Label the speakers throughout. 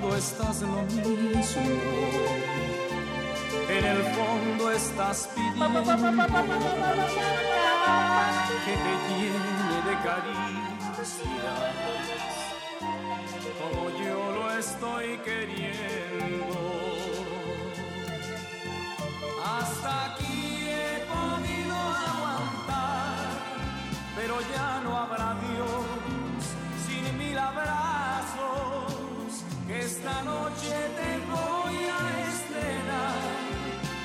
Speaker 1: no estás lo mismo. En el fondo estás pidiendo que te llene de caricias, como yo lo estoy queriendo. Hasta aquí he podido aguantar, pero ya no habrá Dios sin mil abrazos que esta noche te voy a estrenar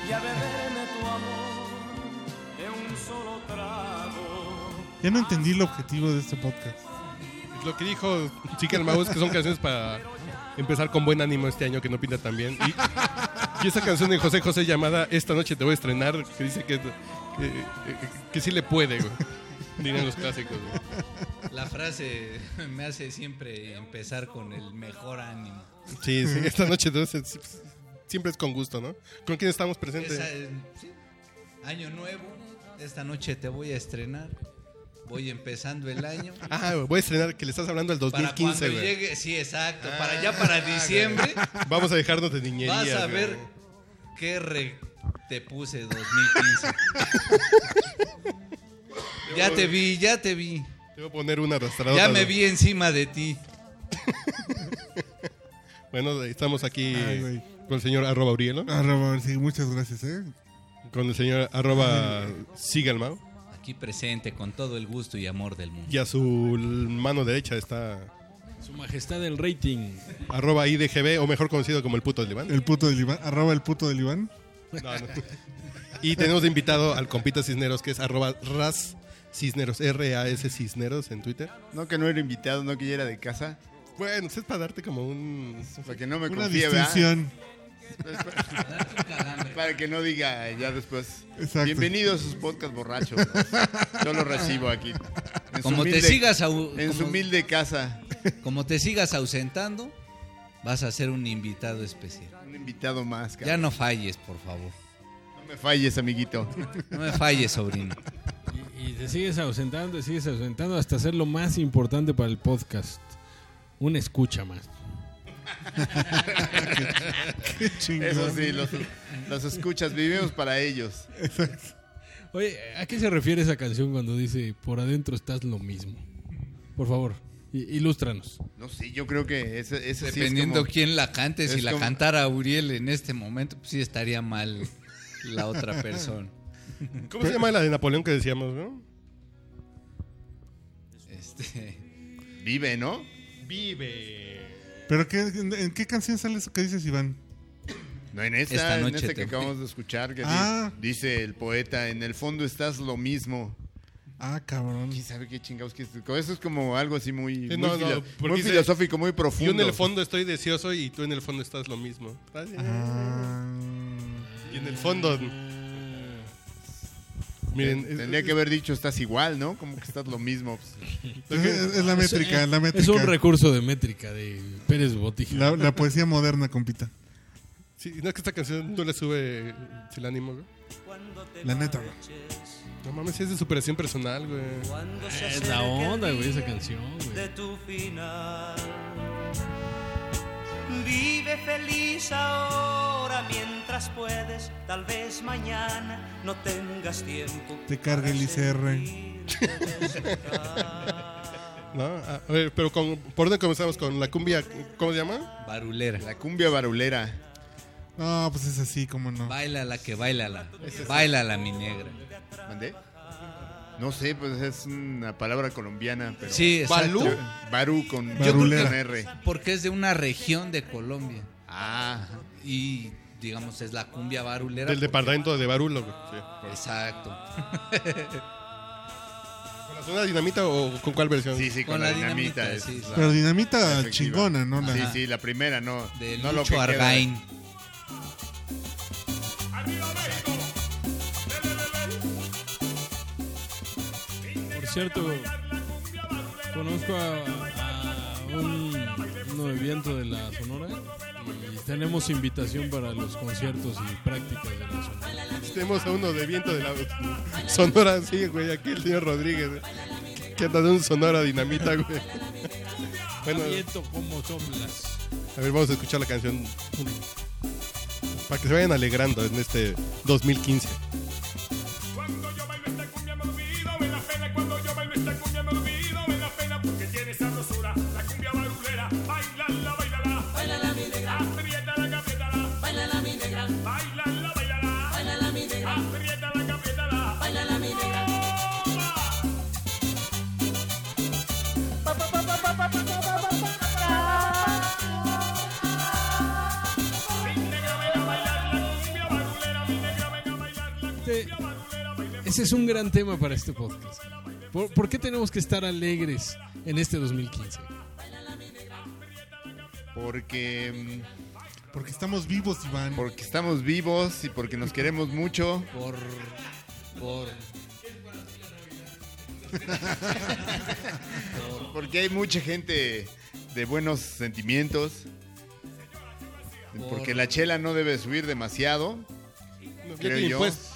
Speaker 1: y a beberme tu amor de un solo trago.
Speaker 2: Ya no entendí el objetivo de este podcast.
Speaker 3: Lo que dijo Chicken Mouse, que son canciones para empezar con buen ánimo este año, que no pinta tan bien. Y, y esa canción de José José llamada Esta noche te voy a estrenar, que dice que, que, que sí le puede, güey. Dirían los clásicos, güey.
Speaker 4: La frase me hace siempre empezar con el mejor ánimo.
Speaker 3: Sí, sí, esta noche te voy a estrenar. Siempre es con gusto, ¿no? ¿Con quién estamos presentes?
Speaker 4: Esa es- sí. Año nuevo, esta noche te voy a estrenar. Voy empezando el año.
Speaker 3: Ah, voy a estrenar que le estás hablando al
Speaker 4: Para cuando
Speaker 3: 2015, güey.
Speaker 4: llegue, sí, exacto,
Speaker 5: Ah,
Speaker 4: para ya para diciembre
Speaker 3: Vamos a dejarnos de niñería.
Speaker 4: vas a ver qué re te puse 2015. ya te vi, ya te vi.
Speaker 3: Te voy a poner una arrastrada.
Speaker 4: Ya me vi encima de ti.
Speaker 3: Bueno, estamos aquí
Speaker 2: Ay, güey.
Speaker 3: con el señor arroba Urielo,
Speaker 2: Arroba, sí, muchas gracias, ¿eh?
Speaker 3: con el señor arroba Sigalmao.
Speaker 4: Aquí presente con todo el gusto y amor del mundo.
Speaker 3: Y a su mano derecha está
Speaker 6: Su majestad el rating.
Speaker 3: arroba IDGB, o mejor conocido como el puto del Iván.
Speaker 2: El puto del Iván. Arroba el puto del Iván.
Speaker 3: No, no. Y tenemos de invitado al compita Cisneros, que es arroba Ras Cisneros, R-A-S Cisneros en Twitter.
Speaker 5: No que no era invitado, no que ya era de casa.
Speaker 3: Bueno, pues es para darte como un...
Speaker 5: Para que no me
Speaker 2: Una
Speaker 5: confíe, ¿verdad?
Speaker 2: distinción.
Speaker 5: Para que no diga ya después.
Speaker 2: Exacto.
Speaker 5: Bienvenidos a sus podcasts borrachos. Yo los recibo aquí. En su
Speaker 4: Como te
Speaker 5: humilde-
Speaker 4: sigas au-
Speaker 5: En su
Speaker 4: como-
Speaker 5: humilde casa.
Speaker 4: Como te sigas ausentando, vas a ser un invitado especial.
Speaker 5: Un invitado más,
Speaker 4: Ya
Speaker 5: cabrón.
Speaker 4: no falles, por favor.
Speaker 5: No me falles, amiguito.
Speaker 4: No me falles, sobrino.
Speaker 6: Y, y te sigues ausentando, te sigues ausentando hasta hacer lo más importante para el podcast. Una escucha más.
Speaker 2: Qué chingón.
Speaker 5: Eso sí, los, los escuchas. Vivimos para ellos.
Speaker 6: Oye, ¿a qué se refiere esa canción cuando dice por adentro estás lo mismo? Por favor, i- ilústranos.
Speaker 5: No sé, yo creo que ese, ese sí es
Speaker 4: Dependiendo
Speaker 5: como-
Speaker 4: quién la cante, si
Speaker 5: es
Speaker 4: la
Speaker 5: como-
Speaker 4: cantara Uriel en este momento, pues sí estaría mal la otra persona.
Speaker 3: ¿Cómo se llama la de Napoleón que decíamos, no?
Speaker 4: Este,
Speaker 5: Vive, ¿no?
Speaker 3: Vive.
Speaker 2: ¿Pero qué, en, en qué canción sale eso que dices, Iván?
Speaker 5: No, en esta,
Speaker 4: Esta
Speaker 5: en
Speaker 4: noche
Speaker 5: esta
Speaker 4: te
Speaker 5: que
Speaker 4: voy.
Speaker 5: acabamos de escuchar, que di-
Speaker 2: Ah.
Speaker 5: dice el poeta, en el fondo estás lo mismo.
Speaker 2: Ah, cabrón.
Speaker 5: ¿Quién sabe qué chingados que es? Eso es como algo así muy,
Speaker 3: Sí,
Speaker 5: muy
Speaker 3: no, no,
Speaker 5: filo-
Speaker 3: porque
Speaker 5: muy
Speaker 3: dice,
Speaker 5: filosófico, muy
Speaker 3: Yo
Speaker 5: profundo.
Speaker 3: en el fondo estoy deseoso y tú en el fondo estás lo mismo.
Speaker 2: Ah.
Speaker 3: Y en el fondo...
Speaker 6: Ah.
Speaker 3: Miren, es-
Speaker 5: Eh, Tendría que haber dicho estás igual, ¿no? Como que estás lo mismo. pues.
Speaker 2: Es, es la métrica,
Speaker 6: es,
Speaker 2: la métrica.
Speaker 6: eh, Es un recurso de métrica de Pérez Botín.
Speaker 2: La, la poesía moderna, compita.
Speaker 3: sí, no es que esta canción no le sube el ánimo, güey.
Speaker 2: La neta, güey.
Speaker 3: No mames, es de superación personal, güey.
Speaker 6: Es la onda, güey, esa canción, güey.
Speaker 7: de tu final. Vive feliz ahora mientras puedes, tal vez mañana no tengas tiempo.
Speaker 2: Te cargue el ICR.
Speaker 3: ¿No? Ah, a ver, pero con- ¿por dónde comenzamos? Con la cumbia, ¿cómo se llama?
Speaker 4: barulera.
Speaker 5: La cumbia barulera.
Speaker 2: No, pues es así, como no.
Speaker 4: Bailala que bailala. Bailala, mi negra.
Speaker 5: ¿Mandé? No sé, pues es una palabra colombiana, pero...
Speaker 4: Sí, exacto.
Speaker 3: ¿Balú?
Speaker 5: Barú con,
Speaker 2: Yo
Speaker 5: con
Speaker 2: creo que-
Speaker 5: R.
Speaker 4: Porque es de una región de Colombia.
Speaker 5: Ah,
Speaker 4: Y digamos, es la cumbia barulera.
Speaker 3: Del
Speaker 4: porque-
Speaker 3: departamento de Barulo, güey. Sí.
Speaker 4: Exacto.
Speaker 3: ¿Con la zona dinamita o con cuál versión?
Speaker 5: sí, sí, con, la, dinamita. es
Speaker 4: sí, sí.
Speaker 5: la-
Speaker 2: Pero dinamita
Speaker 5: efectiva.
Speaker 2: Ah, chingona, ¿no? La-
Speaker 5: Sí, sí, la primera, no.
Speaker 4: De
Speaker 5: no lo que
Speaker 4: Lucho
Speaker 5: queda.
Speaker 4: Argain.
Speaker 6: Por cierto, conozco a, a un, un movimiento de la Sonora y tenemos invitación para los conciertos y prácticas de la Sonora.
Speaker 3: Tenemos a uno de viento de la Sonora, sí, güey. Aquí el señor Rodríguez, güey, que anda de un Sonora dinamita, güey. Bueno,
Speaker 6: Viento como soplas.
Speaker 3: A ver, vamos a escuchar la canción. Para que se vayan alegrando en este 2015.
Speaker 8: Cuando yo bailo esta cumbia me olvido de la pena. Cuando yo bailo esta cumbia me olvido de la pena. Porque tiene esa sabrosura, la cumbia barulera. Bailala, bailala. Bailala, mi negra. Apriétala, que apriétala. Bailala, mi negra. Bailala, bailala. Bailala, mi negra. Apriétala, que apriétala. Bailala, mi negra. Mi negra, ven a bailar la cumbia barulera. Mi negra, ven a bailar la
Speaker 6: Este-
Speaker 8: cumbia barulera. Bailemos
Speaker 6: Ese es un gran tema para este podcast. ¿Por, por qué tenemos que estar alegres en este 2015?
Speaker 5: Porque, mm,
Speaker 2: Porque estamos vivos, Iván.
Speaker 5: porque estamos vivos y porque nos queremos mucho.
Speaker 4: Por. Por.
Speaker 5: Porque hay mucha gente de buenos sentimientos. Porque la chela no debe subir demasiado.
Speaker 3: ya,
Speaker 5: Creo
Speaker 3: tiene
Speaker 5: yo.
Speaker 3: impuesto,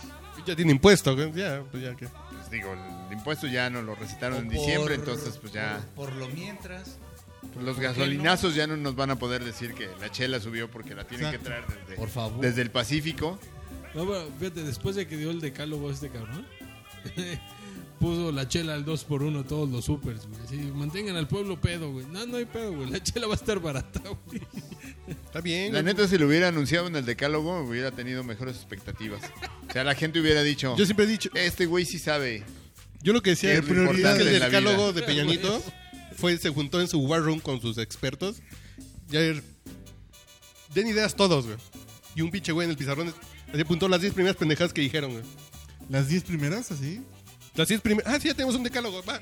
Speaker 3: ya tiene impuesto. güey, Ya, pues ya que.
Speaker 5: Pues digo, el impuesto ya nos lo recetaron en
Speaker 4: por-
Speaker 5: diciembre, entonces pues ya.
Speaker 4: Por, por lo mientras.
Speaker 5: Los gasolinazos ya no nos van a poder decir que la chela subió porque la tienen que traer desde,
Speaker 4: Por favor.
Speaker 5: desde el Pacífico.
Speaker 6: No, pero fíjate, después de que dio el decálogo a este cabrón, puso la chela al 2x1 a todos los supers, güey. Así, mantengan al pueblo pedo, güey. No, no hay pedo, güey. La chela va a estar barata, güey.
Speaker 3: Está bien.
Speaker 5: La
Speaker 3: güey.
Speaker 5: neta, si lo hubiera anunciado en el decálogo, hubiera tenido mejores expectativas. O sea, la gente hubiera dicho,
Speaker 3: Yo siempre he dicho. eh,
Speaker 5: este güey sí sabe.
Speaker 3: Yo lo que decía
Speaker 5: Qué
Speaker 3: es que el
Speaker 5: prioridad en la
Speaker 3: decálogo de
Speaker 6: vida.
Speaker 3: Peñanito fue, se juntó en su war room con sus expertos. Y a ver, den ideas todos, güey. Y un pinche güey en el pizarrón así apuntó las 10 primeras pendejadas que dijeron, güey.
Speaker 2: Las 10 primeras, así.
Speaker 3: Las 10 primeras. Ah, sí, ya tenemos un decálogo. Va.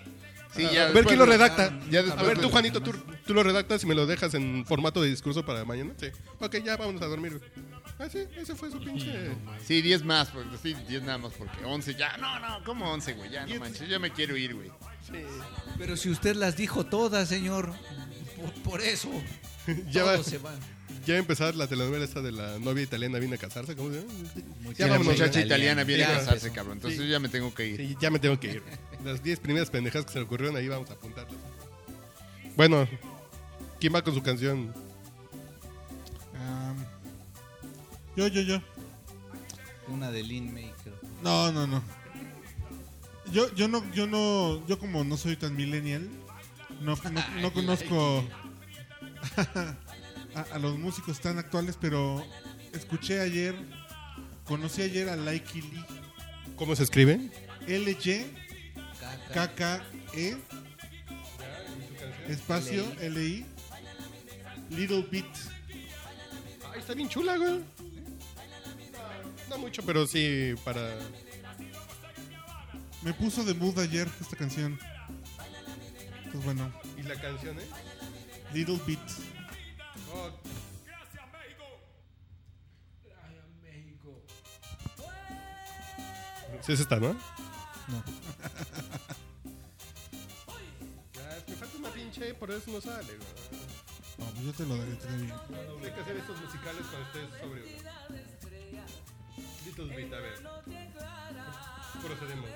Speaker 5: Sí,
Speaker 3: a,
Speaker 5: ya
Speaker 3: a ver
Speaker 5: después
Speaker 3: quién lo
Speaker 5: lo- Ah,
Speaker 3: redacta.
Speaker 5: ya
Speaker 3: a
Speaker 5: después
Speaker 3: ver, tú,
Speaker 5: lo-
Speaker 3: Juanito, tú, tú lo redactas y me lo dejas en formato de discurso para mañana. Sí. Ok, ya vámonos a dormir, güey. Ah, sí, ese fue su pinche.
Speaker 4: Mm,
Speaker 5: Sí, 10 más, pues, sí, 10 nada más, porque 11 ya. No, no, ¿cómo 11, güey? Ya, no manches, ya me quiero ir, güey.
Speaker 4: Pero si usted las dijo todas, señor. Por, por eso.
Speaker 3: Ya
Speaker 4: todo
Speaker 3: va.
Speaker 4: se va.
Speaker 3: Ya va a empezar la telenovela esta de la novia italiana viene a casarse. ¿Cómo se llama?
Speaker 5: Ya la
Speaker 3: vámonos,
Speaker 5: muchacha
Speaker 3: ya.
Speaker 5: italiana viene
Speaker 3: Ya,
Speaker 5: a casarse,
Speaker 4: eso.
Speaker 5: cabrón. Entonces
Speaker 3: Sí.
Speaker 5: yo ya me tengo que ir.
Speaker 3: Sí, ya me tengo que ir. Las 10 primeras pendejas que se le ocurrieron ahí vamos a apuntarlas. Bueno, ¿quién va con su canción?
Speaker 2: Am, Ah. yo, yo, yo.
Speaker 4: Una de Lin May, creo.
Speaker 2: No, no, no. Yo, yo no, yo no, yo como no soy tan millennial, no, no, no conozco a, a los músicos tan actuales, pero escuché ayer, conocí ayer a Likey Lee,
Speaker 3: ¿Cómo se escribe?
Speaker 2: L Y
Speaker 4: Caca.
Speaker 2: K K E espacio L I Little Beat.
Speaker 3: Ay, está bien chula, güey. No mucho, pero sí para...
Speaker 2: Me puso de mood ayer esta canción. Pues bueno,
Speaker 3: ¿Y la canción, eh?
Speaker 2: Little Beat.
Speaker 3: Sí, es esta, ¿no? No. Me falta una pinche, por eso no sale, güey.
Speaker 2: No, pues yo te lo daré, te lo daré.
Speaker 3: Hay que hacer estos musicales cuando estés sobre Little Bit, a ver. Procedemos.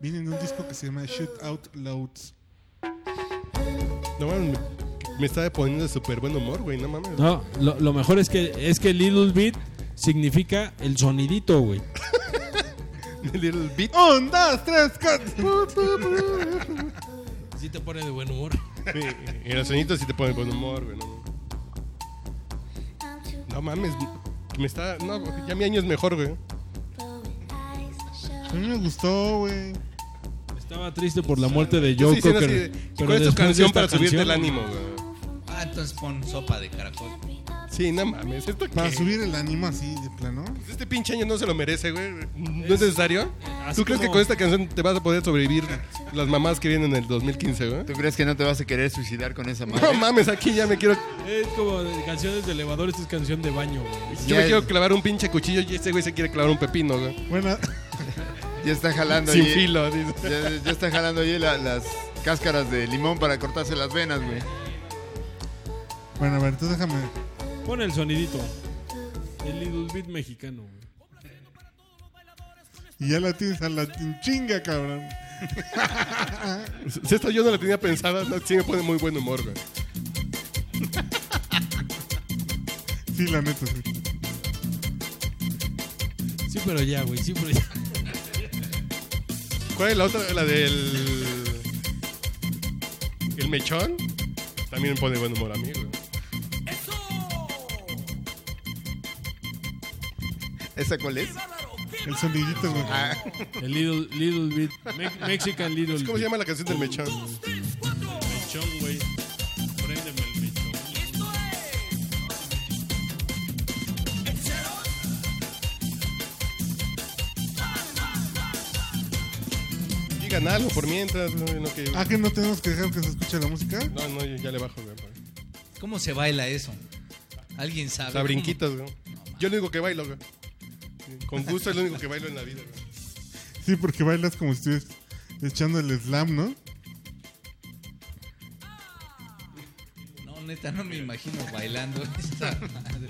Speaker 2: Viene en un disco que se llama Shoot Out Loads.
Speaker 3: No mames, me, me estaba poniendo de súper buen humor, güey, no mames.
Speaker 6: No, lo, lo mejor es que, es que Little Bit significa el sonidito, güey.
Speaker 3: Little Bit.
Speaker 2: Un, dos, tres, cuatro.
Speaker 6: Sí te pone de buen humor.
Speaker 3: Y los sonidos sí te ponen buen humor, güey, no mames. No mames, me está. No, ya mi año es mejor, güey.
Speaker 2: A mí me gustó, güey.
Speaker 6: Estaba triste por la muerte de
Speaker 3: Yo
Speaker 6: Joe
Speaker 3: estoy diciendo así
Speaker 6: Cocker.
Speaker 3: de, ¿Cuál es tu
Speaker 6: pero después de
Speaker 3: canción
Speaker 6: esta
Speaker 3: para subirte el
Speaker 6: canción,
Speaker 3: ánimo, güey?
Speaker 4: Ah, entonces pon sopa de caracol.
Speaker 3: Sí, no mames, esto
Speaker 2: Para
Speaker 3: qué?
Speaker 2: subir el ánimo así, de plano.
Speaker 3: Este pinche año no se lo merece, güey. ¿No es necesario?
Speaker 6: así
Speaker 3: ¿Tú crees que
Speaker 6: como-
Speaker 3: con esta canción te vas a poder sobrevivir las mamás que vienen en el 2015, güey?
Speaker 5: ¿Tú crees que no te vas a querer suicidar con esa madre?
Speaker 3: No mames, aquí ya me quiero.
Speaker 6: Es como de canciones de elevador, esta es canción de baño, güey.
Speaker 3: Yo
Speaker 5: Ya-
Speaker 3: me quiero clavar un pinche cuchillo y este güey se quiere clavar un pepino, güey.
Speaker 2: Bueno,
Speaker 5: Ya está jalando
Speaker 3: Sin
Speaker 5: ahí-
Speaker 3: filo, dice.
Speaker 5: Ya, ya está jalando ahí la- las cáscaras de limón para cortarse las venas, güey.
Speaker 2: bueno, a ver, entonces déjame.
Speaker 6: Pon el sonidito. El Little Bit mexicano, güey.
Speaker 2: Y ya la tienes a la en chinga, cabrón.
Speaker 3: Si esta yo no la tenía pensada, no, sí me pone muy buen humor, güey.
Speaker 2: Sí, la neta, sí.
Speaker 6: Sí, pero ya, güey. Sí, pero ya.
Speaker 3: ¿Cuál es la otra? La del. El mechón. También me pone buen humor a mí, güey.
Speaker 5: ¿Esa cuál es?
Speaker 2: El sonidito, güey.
Speaker 5: Ah.
Speaker 6: El Little, little Bit. Me- Mexican Little
Speaker 3: ¿Cómo se llama la canción del mechón?
Speaker 6: Mechón, güey. Préndeme el mechón.
Speaker 3: Digan algo por mientras, ¿no? En lo que-
Speaker 2: Ah, que no tenemos que dejar que se escuche la música.
Speaker 3: No, no, yo ya le bajo, güey. pues.
Speaker 4: ¿Cómo se baila eso? ¿Alguien sabe?
Speaker 3: O sea, brinquitos, güey. Yo lo único que bailo, güey. Con gusto es lo único que bailo en la vida, güey.
Speaker 2: Sí, porque bailas como si estuvieras echando el slam, ¿no?
Speaker 4: No, neta, no me imagino bailando esta madre.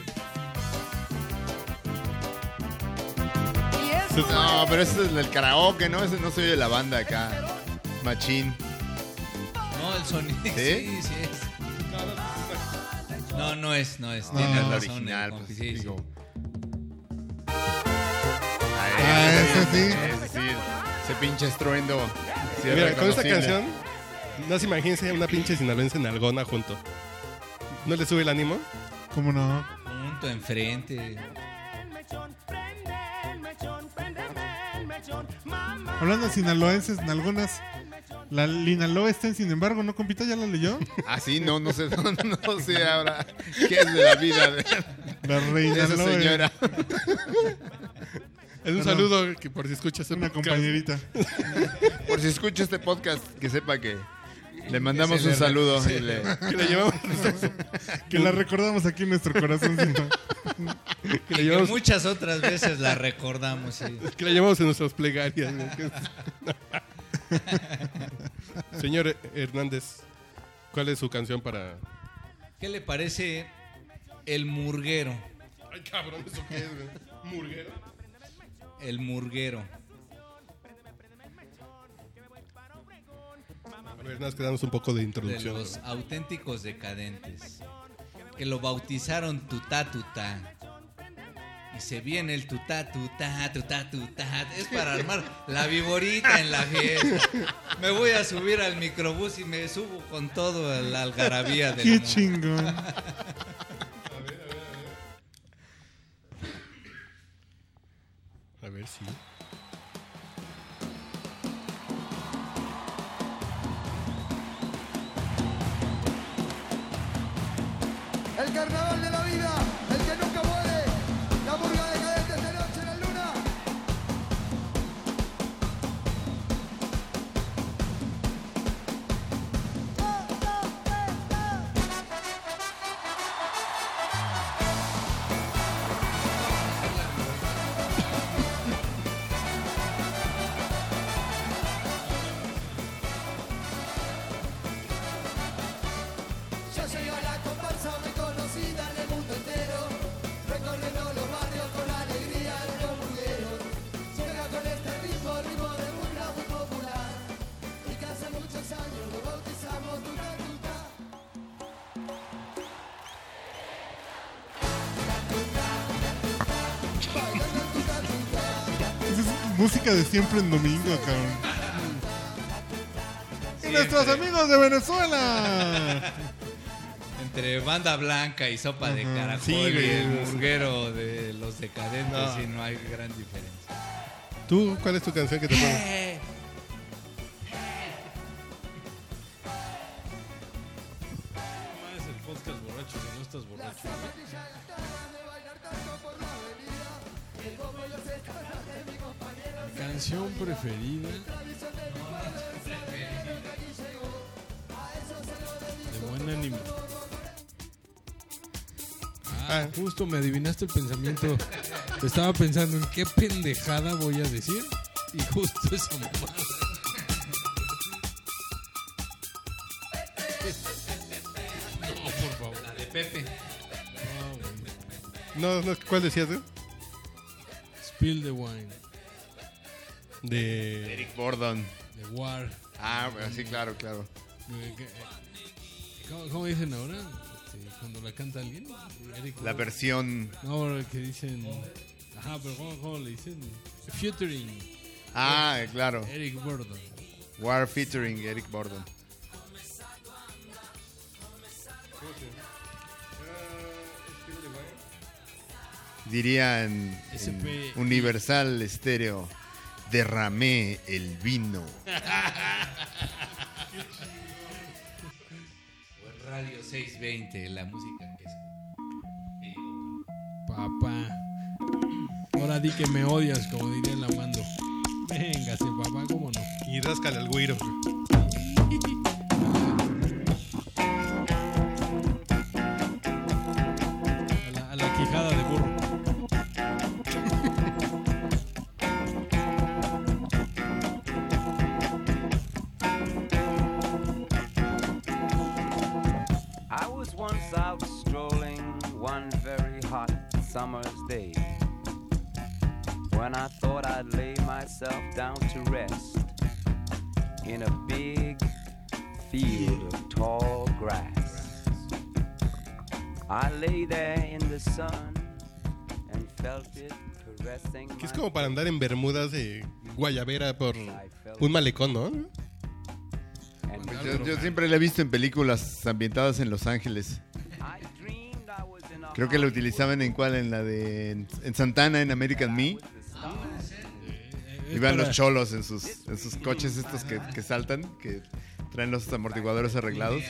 Speaker 5: No, pero ese es el del karaoke, ¿no? Ese no se oye la banda acá. Machín.
Speaker 4: No, el sonido. Sí, sí,
Speaker 5: ¿Sí?
Speaker 4: es. No, no es, no es.
Speaker 5: No,
Speaker 4: Tienes
Speaker 5: es la
Speaker 4: razón,
Speaker 5: original,
Speaker 4: el
Speaker 5: pues,
Speaker 4: compi, sí, sí.
Speaker 5: digo.
Speaker 2: Ah, esa sí.
Speaker 5: Ese sí. Ese pinche estruendo. Sí, es
Speaker 3: Mira, con esta
Speaker 5: reconocible.
Speaker 3: canción, no se imagínense una pinche sinaloense nalgona junto. ¿No le sube el ánimo?
Speaker 2: ¿Cómo no?
Speaker 4: Punto enfrente.
Speaker 2: Hablando de sinaloenses, en algunas. La Linaloa está en sin embargo, ¿no, compita? ¿Ya la leyó?
Speaker 5: Ah, sí, no, no sé, no, no sé ahora qué es de la vida de, de
Speaker 2: La reina
Speaker 5: esa señora.
Speaker 3: Es
Speaker 2: No,
Speaker 3: un
Speaker 2: no.
Speaker 3: saludo que por si escuchas
Speaker 2: Una compañerita.
Speaker 5: Por si escucha este podcast, que sepa que le mandamos
Speaker 4: se
Speaker 5: un
Speaker 4: le-
Speaker 5: saludo y le,
Speaker 3: Que le llevamos,
Speaker 2: Que la recordamos aquí en nuestro corazón.
Speaker 3: que le
Speaker 4: Y que
Speaker 3: llevamos,
Speaker 4: muchas otras veces la recordamos. sí.
Speaker 3: que le llevamos en nuestras plegarias. güey. Señor Hernández, ¿cuál es su canción para...?
Speaker 4: ¿Qué le parece el murguero?
Speaker 3: Ay, cabrón, ¿eso qué es, güey? ¿Murguero?
Speaker 4: El murguero.
Speaker 3: A ver, nos quedamos un poco de
Speaker 4: de
Speaker 3: introducción.
Speaker 4: los
Speaker 3: güey.
Speaker 4: auténticos decadentes, que lo bautizaron tutá tutá. Y se viene el tutá tutá, tutá tutá. Es para armar la viborita en la fiesta. Me voy a subir al microbús y me subo con todo a la algarabía del
Speaker 2: Qué
Speaker 4: mundo.
Speaker 2: chingón.
Speaker 3: A ver si...
Speaker 9: El carnaval de la vida, el que nunca muere, la burga de cadetes de noche en la luna. Ya llegó la comparsa reconocida en el mundo entero, recorriendo los barrios con la alegría de los burgueros. Llega con este ritmo, ritmo de burla muy popular, y que hace muchos años lo bautizamos tuta tuta.
Speaker 2: Esa es música de siempre en domingo, cabrón. ¡Y nuestros amigos de Venezuela!
Speaker 4: Entre banda blanca y sopa de caracol
Speaker 3: Sí,
Speaker 4: y
Speaker 3: güey.
Speaker 4: el murguero de los decadentes, y no hay gran diferencia.
Speaker 3: ¿Tú cuál es tu canción que te pone?
Speaker 6: Es el podcast borracho, si no estás borracho. Canción preferida. De buen ánimo. Ah, justo me adivinaste el pensamiento. Estaba pensando en qué pendejada voy a decir. Y justo eso me No, por favor. Ah,
Speaker 4: De Pepe.
Speaker 6: No,
Speaker 3: No,
Speaker 6: güey.
Speaker 3: no, ¿cuál decías, güey?
Speaker 6: Spill the wine.
Speaker 3: de
Speaker 5: Eric Gordon.
Speaker 6: de War.
Speaker 5: Ah, bueno, sí, claro, claro.
Speaker 6: de- que- Eh, ¿Cómo, cómo dicen ahora? Este, cuando la canta alguien. Eric
Speaker 5: La
Speaker 6: Gordon.
Speaker 5: versión.
Speaker 6: No, que dicen. Ajá, pero ¿cómo, cómo le dicen? Featuring
Speaker 5: Ah, claro.
Speaker 6: Eric Gordon.
Speaker 5: War featuring Eric Borden. Diría en,
Speaker 6: SP.
Speaker 5: en Universal Estéreo, derramé el vino.
Speaker 4: O en Radio 620, la música que es.
Speaker 6: Papá. Ahora di que me odias, como diría el Amando. Véngase, papá, cómo no.
Speaker 3: Y ráscale al güiro.
Speaker 6: A la, a la quijada de burro.
Speaker 1: I was once out strolling one very hot summer's day when I thought I'd lay myself down to rest in a big field of tall grass. I lay there in the sun and felt it caressing
Speaker 3: Que es
Speaker 1: my
Speaker 3: como para andar en Bermudas de Guayabera por un malecón, ¿no?
Speaker 1: and
Speaker 5: Yo, yo siempre la he visto en películas ambientadas en Los Ángeles.
Speaker 1: I dreamed I was in a
Speaker 5: Creo que la utilizaban en cuál, en la de en, en Santana, en American Me.
Speaker 3: Ah,
Speaker 5: Iban los cholos en sus, en sus coches estos que, que saltan, que traen los amortiguadores arreglados.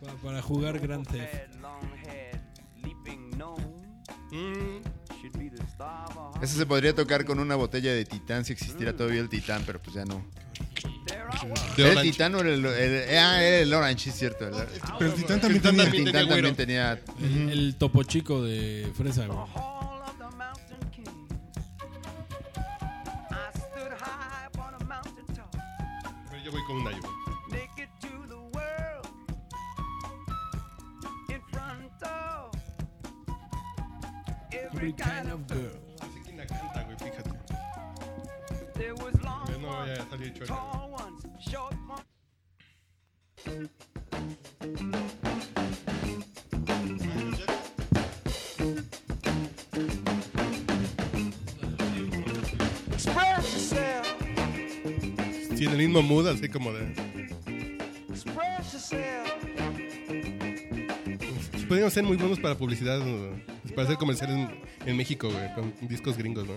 Speaker 6: Pa- para jugar Grand Theft.
Speaker 1: head, long head, leaping gnome should be the star of a
Speaker 5: Eso se podría tocar con una botella de titán si existiera todavía el titán, pero pues ya no.
Speaker 3: De
Speaker 5: ¿Era ¿El
Speaker 3: Orange.
Speaker 5: titán o era el, el- ah, era el orange? Sí, es cierto. el-
Speaker 2: Pero el titán también
Speaker 3: Titán
Speaker 5: el
Speaker 2: tenía.
Speaker 3: también.
Speaker 5: titán
Speaker 3: tenía
Speaker 5: también
Speaker 3: güero.
Speaker 5: tenía...
Speaker 6: El, el topo chico de Fresa, güey.
Speaker 1: hall of the mountain king. I stood high upon a mountain top,
Speaker 3: Pero Yo voy con una yo.
Speaker 1: naked to the world, in front of every
Speaker 6: Every
Speaker 1: kind
Speaker 6: kind
Speaker 1: of.
Speaker 6: of girl.
Speaker 3: Así que la canta, güey, fíjate.
Speaker 1: There was long
Speaker 3: Yo no voy
Speaker 1: ones,
Speaker 3: a salir chueco.
Speaker 1: tall ones, short ones. Express yourself.
Speaker 3: Tiene el mismo mood, así como de.
Speaker 1: Express yourself.
Speaker 3: Podrían Pues, ser muy buenos para publicidad, ¿no? para hacer comerciales en, en México, güey, con discos gringos, ¿no?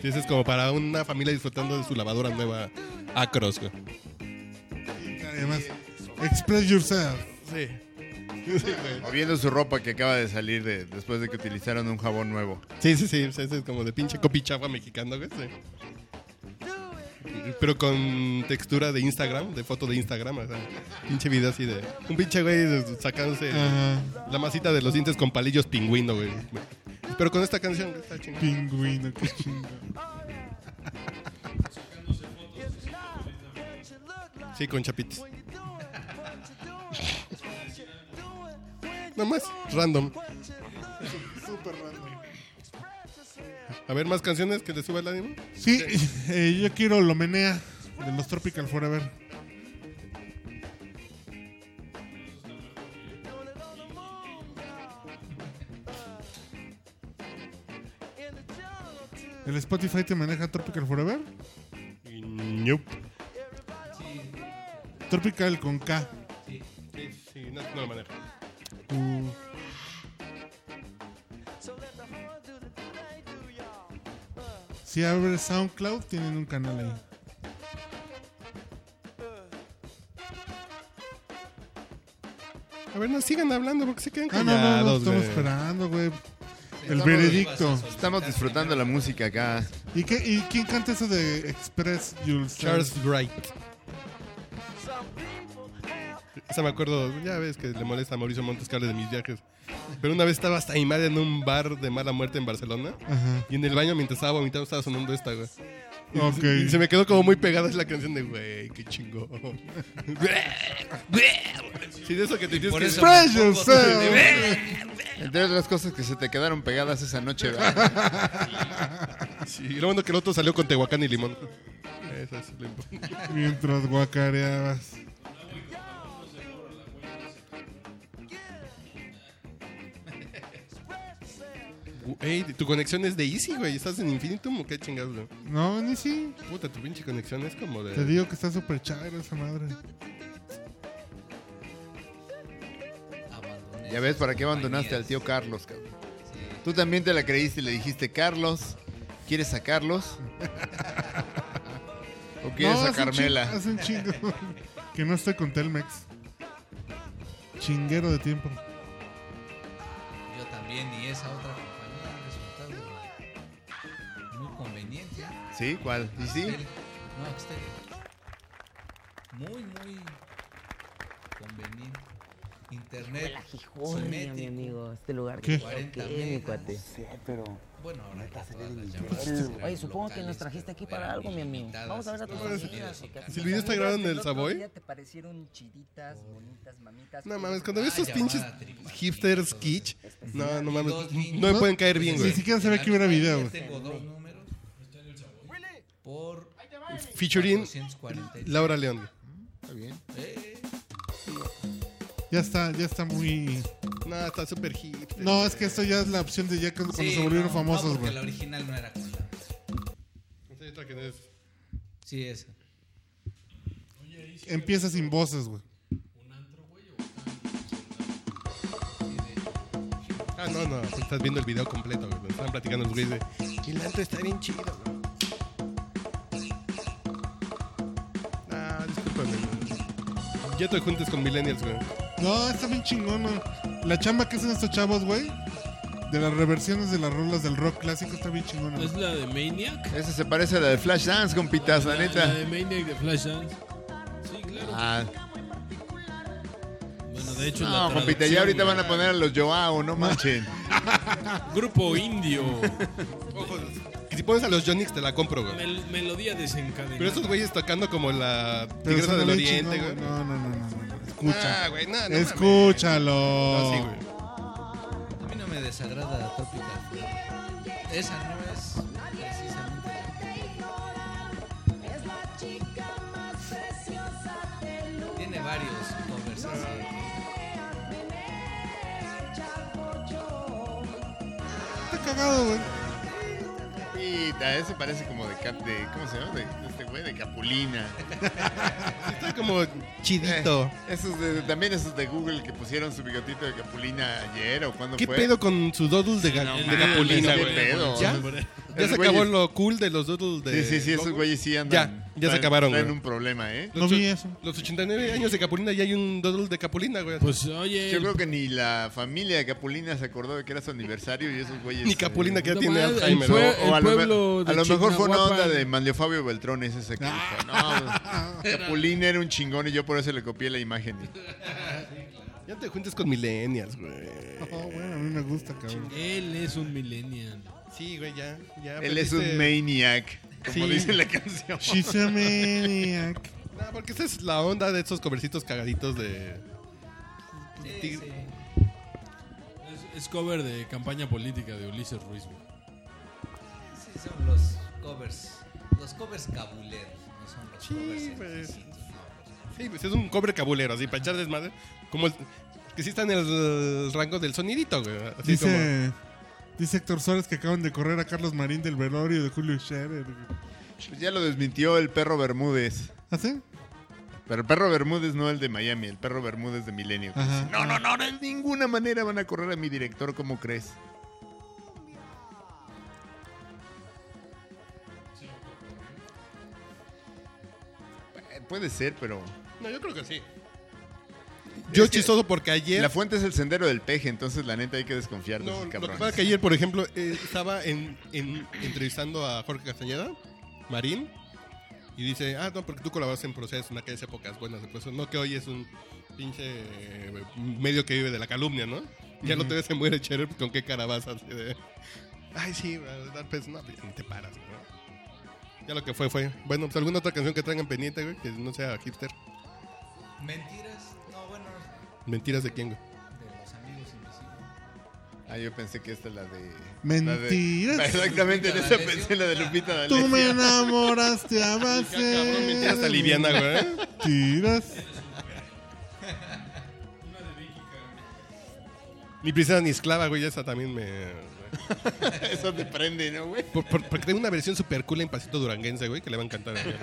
Speaker 3: Sí, eso es como para una familia disfrutando de su lavadora nueva Acros, güey.
Speaker 2: Además, Express Yourself.
Speaker 3: Sí.
Speaker 5: O viendo su ropa que acaba de salir de, después de que utilizaron un jabón nuevo.
Speaker 3: Sí, sí, sí, sí, eso es como de pinche copichagua mexicano, güey. sí. Pero con textura de Instagram, de foto de Instagram, o sea, pinche video así de un pinche güey sacándose
Speaker 2: Ajá.
Speaker 3: la masita de los dientes con palillos pingüino, güey. Pero con esta canción güey, está chingada.
Speaker 2: Pingüino, qué chingón.
Speaker 3: Sí, con chapitas. Nomás, random. Súper random. A ver, más canciones que le suba el ánimo.
Speaker 2: Sí, eh, yo quiero lo menea de los Tropical Forever. ¿El Spotify te maneja Tropical Forever?
Speaker 3: Nope.
Speaker 2: Tropical con K.
Speaker 3: Sí, sí, sí, no, no lo manejo.
Speaker 2: Uh, Si abres SoundCloud, tienen un canal ahí.
Speaker 3: A ver, no sigan hablando porque se quedan
Speaker 2: Ah, no, no, no,
Speaker 3: callados.
Speaker 2: estamos
Speaker 3: güey.
Speaker 2: esperando, güey. El
Speaker 5: Estamos-
Speaker 2: veredicto.
Speaker 5: Estamos disfrutando la música acá.
Speaker 2: ¿Y, qué, ¿Y quién canta eso de Express Yourself?
Speaker 3: Charles Wright. Esa me acuerdo, ya ves que le molesta a Mauricio Montes que hable de mis viajes. Pero una vez estaba hasta mi madre en un bar de mala muerte en Barcelona.
Speaker 2: Ajá.
Speaker 3: Y en el baño mientras estaba vomitando estaba sonando esta, güey. Y
Speaker 2: Ok.
Speaker 3: se- Y se me quedó como muy pegada es la canción de, güey, qué chingo. sí, de eso que te tienes
Speaker 4: Por
Speaker 3: que...
Speaker 4: eso
Speaker 2: Express
Speaker 4: me pongo-
Speaker 2: Yourself.
Speaker 5: Entre otras cosas que se te quedaron pegadas esa noche. ¿verdad?
Speaker 3: Sí, y lo bueno que el otro salió con Tehuacán y Limón. Eso es lo importante.
Speaker 2: Mientras guacareabas.
Speaker 3: Ey, tu conexión es de Easy, güey. Estás en Infinitum o qué chingados, güey?
Speaker 2: No, ni sí.
Speaker 3: Puta, tu pinche conexión es como de.
Speaker 2: Te digo que está súper chagra esa madre.
Speaker 4: Abandoné
Speaker 5: Ya ves,
Speaker 4: esas
Speaker 5: ¿para qué abandonaste al
Speaker 4: compañías.
Speaker 5: tío Carlos, cabrón?
Speaker 4: Sí.
Speaker 5: Tú también te la creíste y le dijiste, Carlos, ¿quieres a Carlos? ¿O quieres
Speaker 2: no,
Speaker 5: a
Speaker 2: hace un chi-
Speaker 5: Carmela?
Speaker 2: Hace un chingo. que no estoy con Telmex. Chinguero de tiempo.
Speaker 4: Yo también y esa otra compañía han resultado muy conveniente.
Speaker 5: ¿Sí? ¿Cuál? ¿Y sí?
Speaker 4: Tele- No, Xtele. Muy, muy conveniente. Internet.
Speaker 10: La Gijonia, mi
Speaker 4: Cinético.
Speaker 10: amigo, este lugar.
Speaker 2: ¿Qué?
Speaker 10: ¿Qué,
Speaker 4: 40
Speaker 10: mi
Speaker 4: megas.
Speaker 10: cuate?
Speaker 4: Bueno, ahora que
Speaker 9: salir
Speaker 4: todas
Speaker 9: en
Speaker 4: las
Speaker 9: el
Speaker 4: llamadas
Speaker 9: dial.
Speaker 4: eran
Speaker 10: Oye, supongo que
Speaker 4: locales,
Speaker 10: nos trajiste aquí para
Speaker 4: eran
Speaker 10: algo, mi amigo.
Speaker 4: ilimitadas,
Speaker 10: Vamos a ver a tus
Speaker 4: Estados
Speaker 10: amigas.
Speaker 4: Unidos y
Speaker 10: porque
Speaker 3: Silvina está grabando en el Savoy.
Speaker 10: ¿Te parecieron chiditas, bonitas, mamitas?
Speaker 3: No mames, cuando ves
Speaker 4: Ah,
Speaker 3: esos
Speaker 4: llamada
Speaker 3: pinches
Speaker 4: tripa.
Speaker 3: hipsters kitsch, no, no mames,
Speaker 4: Dos
Speaker 3: no
Speaker 4: líneas.
Speaker 3: me pueden caer bien,
Speaker 2: Ni
Speaker 3: güey.
Speaker 2: siquiera se ve que hubiera video. güey.
Speaker 4: Tengo dos números. Por
Speaker 3: Featuring
Speaker 4: 440.
Speaker 3: Laura León. güey.
Speaker 5: Está bien.
Speaker 4: Eh,
Speaker 2: Ya está, ya está muy.
Speaker 3: No, está súper hipster.
Speaker 2: No, es que esto ya es la opción de ya cuando, cuando
Speaker 4: sí,
Speaker 2: se volvieron
Speaker 4: no, no,
Speaker 2: famosos,
Speaker 4: porque
Speaker 2: güey.
Speaker 4: la original no era con la-
Speaker 3: Hay otra que no es-
Speaker 4: Sí, esa.
Speaker 2: Empieza sin voces, güey.
Speaker 3: Ah, no, no, tú estás viendo el video completo, güey. Están platicando los güeyes de. El antro está bien chido, güey. Ah, discúlpame. güey. Ya te juntes con millennials, güey.
Speaker 2: No, está bien chingón, no. La chamba que hacen estos chavos, güey. De las reversiones de las rolas del rock clásico está bien chingona.
Speaker 3: Pues,
Speaker 2: güey.
Speaker 6: ¿Es la de Maniac?
Speaker 5: Esa se parece a la de Flashdance, compitas, la
Speaker 6: La
Speaker 5: neta.
Speaker 6: de Maniac de Flashdance. Sí, claro.
Speaker 5: Ah,
Speaker 6: Bueno, de hecho, la
Speaker 5: no, compita,
Speaker 6: traducción,
Speaker 5: ya ahorita
Speaker 6: güey.
Speaker 5: van a poner a los Joao, no manchen.
Speaker 6: Grupo indio.
Speaker 3: Ojo, y si pones a los Jonix te la compro, güey.
Speaker 6: Mel- melodía desencadenada.
Speaker 3: Pero estos güeyes tocando como la
Speaker 2: Pero
Speaker 3: Tigresa
Speaker 2: suena
Speaker 3: del
Speaker 2: bien
Speaker 3: Oriente,
Speaker 2: chingón,
Speaker 3: güey.
Speaker 2: No, no, no, no, no, no. Escucha.
Speaker 3: Ah, güey, no, no mames.
Speaker 2: Escúchalo.
Speaker 3: No, sí, güey.
Speaker 4: A mí no me desagrada Tropical Club. Esa no es precisamente la- Tiene varios conversaciones.
Speaker 2: Está cagado, güey.
Speaker 5: Compita, ese parece como de, Cap- de ¿cómo se llama? De, de este güey, de Capulina.
Speaker 3: Está como chidito.
Speaker 5: Eh, esos de- también esos de Google que pusieron su bigotito de Capulina ayer o cuando
Speaker 3: ¿Qué
Speaker 5: fue.
Speaker 3: pedo con su doodle de, ga- de
Speaker 6: mames,
Speaker 3: Capulina,
Speaker 5: qué
Speaker 3: güey?
Speaker 5: pedo.
Speaker 3: ¿Ya? Ya
Speaker 5: Esos
Speaker 3: se acabó
Speaker 5: güeyes-
Speaker 3: lo cool de los doodles de.
Speaker 5: Sí, sí, sí, esos
Speaker 3: Google.
Speaker 5: güeyes sí andan.
Speaker 3: Ya, ya se acabaron,
Speaker 5: Tienen
Speaker 3: güey.
Speaker 5: un problema, ¿eh?
Speaker 2: No
Speaker 3: Los
Speaker 2: vi
Speaker 3: och-
Speaker 2: eso.
Speaker 3: Los 89 años de Capulina ya hay un doodle de Capulina, güey.
Speaker 6: Pues oye.
Speaker 5: Yo creo que ni la familia de Capulina se acordó de que era su aniversario y esos güeyes.
Speaker 3: Ni
Speaker 5: eh,
Speaker 3: Capulina que ya
Speaker 6: No
Speaker 3: tiene
Speaker 6: mames,
Speaker 3: Alzheimer,
Speaker 6: fue-
Speaker 3: güey.
Speaker 6: el
Speaker 5: a lo me-
Speaker 6: pueblo de
Speaker 5: a lo mejor fue una onda
Speaker 6: Chignahuapan.
Speaker 5: de Manlio Fabio Beltrón, ese se
Speaker 3: Ah.
Speaker 5: No, pues, Capulina era un chingón y yo por eso le copié la imagen.
Speaker 3: Ya te juntes con millennials, güey.
Speaker 2: Oh, bueno, a mí me gusta, cabrón.
Speaker 6: Él es un millennial.
Speaker 3: Sí, güey, ya. ya
Speaker 5: Él es
Speaker 3: perdiste-
Speaker 5: un maniac, como
Speaker 3: Sí.
Speaker 5: dice la canción.
Speaker 2: She's a maniac.
Speaker 3: No, porque esa es la onda de esos covercitos cagaditos de. Tig-
Speaker 6: Es, es cover de campaña política de Ulises Ruiz. güey.
Speaker 4: Sí, son los covers. Los covers cabuleros, no son los
Speaker 3: Sí,
Speaker 4: covers
Speaker 3: pues.
Speaker 4: exquisitos, no,
Speaker 3: Sí, pues es un cobre cabulero, así, para echar desmadre. Como el- que sí está en el, rango del sonidito, güey. Así como.
Speaker 2: Dice, dice Héctor Suárez que acaban de correr a Carlos Marín del velorio de Julio Scherer. güey.
Speaker 5: Pues ya lo desmintió el perro Bermúdez.
Speaker 2: ¿Ah, sí?
Speaker 5: Pero el perro Bermúdez no el de Miami, el perro Bermúdez de Milenio. que
Speaker 2: Ajá.
Speaker 5: dice, No, no, no, de ninguna manera van a correr a mi director, ¿cómo crees? Eh, Puede ser, pero...
Speaker 3: No, yo creo que sí. Yo
Speaker 5: Es que-
Speaker 3: chistoso porque ayer.
Speaker 5: La fuente es el sendero del peje, entonces la neta hay que desconfiar de
Speaker 3: No,
Speaker 5: esos
Speaker 3: lo que
Speaker 5: cabrones.
Speaker 3: pasa es que ayer, por ejemplo, eh, estaba en, en- entrevistando a Jorge Castañeda, Marín, y dice, ah, no, porque tú colaboraste en Proceso en aquellas épocas buenas de Proceso, no que hoy es un pinche eh, medio que vive de la calumnia, ¿no? Ya no te ves en muere Cherer, pues, con qué cara vas así de, ay, sí, va a dar peso, no, pues, ya ni te paras, ¿no? Ya lo que fue, fue. Bueno, pues alguna otra canción que traigan pendiente, güey, que no sea hipster.
Speaker 4: pues. Mentiras, no, bueno,
Speaker 3: Mentiras de quién, güey.
Speaker 4: de los amigos invisibles.
Speaker 5: Ah, yo pensé que esta es la de.
Speaker 2: Mentiras.
Speaker 5: la de- exactamente, en esa pensé en la de Lupita D'Alessio.
Speaker 2: Tú me enamoraste
Speaker 3: "Ah,
Speaker 2: a base.
Speaker 3: mentiras hasta liviana, güey.
Speaker 2: Tiras.
Speaker 3: Ni princesa ni esclava, güey, esa también me...
Speaker 5: Eso te prende, ¿no, güey?
Speaker 3: Por- por- porque tengo una versión super cool en pasito duranguense, güey, que le va a encantar. güey.